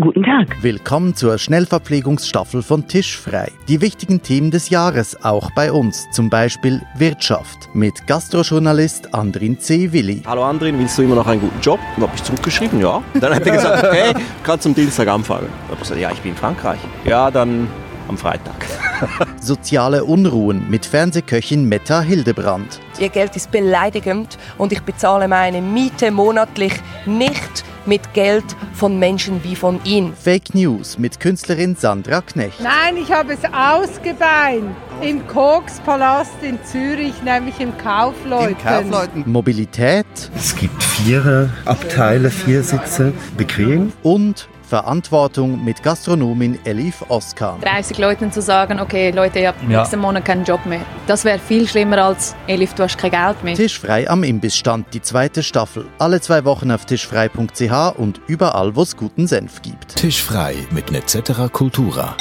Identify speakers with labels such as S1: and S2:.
S1: Guten Tag.
S2: Willkommen zur Schnellverpflegungsstaffel von Tisch frei. Die wichtigen Themen des Jahres auch bei uns, zum Beispiel Wirtschaft mit Gastrojournalist Andrin C. Willi.
S3: Hallo Andrin, willst du immer noch einen guten Job? Und habe ich zurückgeschrieben, ja. Dann hat er gesagt, okay, kannst am Dienstag anfangen. Dann habe ich gesagt, ja, ich bin in Frankreich. Ja, dann am Freitag.
S2: Soziale Unruhen mit Fernsehköchin Metta Hildebrand.
S4: Ihr Geld ist beleidigend und ich bezahle meine Miete monatlich nicht mit Geld von Menschen wie von Ihnen.
S2: Fake News mit Künstlerin Sandra Knecht.
S5: Nein, ich habe es ausgebein. Im Kochspalast in Zürich, nämlich im Kaufleuten.
S2: Mobilität
S6: Es gibt vier Abteile, vier Sitze bequem.
S2: und Verantwortung mit Gastronomin Elif Oskan.
S7: 30 Leuten zu sagen, okay, Leute, ihr habt nächsten Monat keinen Job mehr. Das wäre viel schlimmer als, Elif, du hast kein Geld mehr.
S2: Tischfrei am Imbissstand, die zweite Staffel. Alle zwei Wochen auf tischfrei.ch und überall, wo es guten Senf gibt.
S8: Tischfrei mit Netzetera Cultura.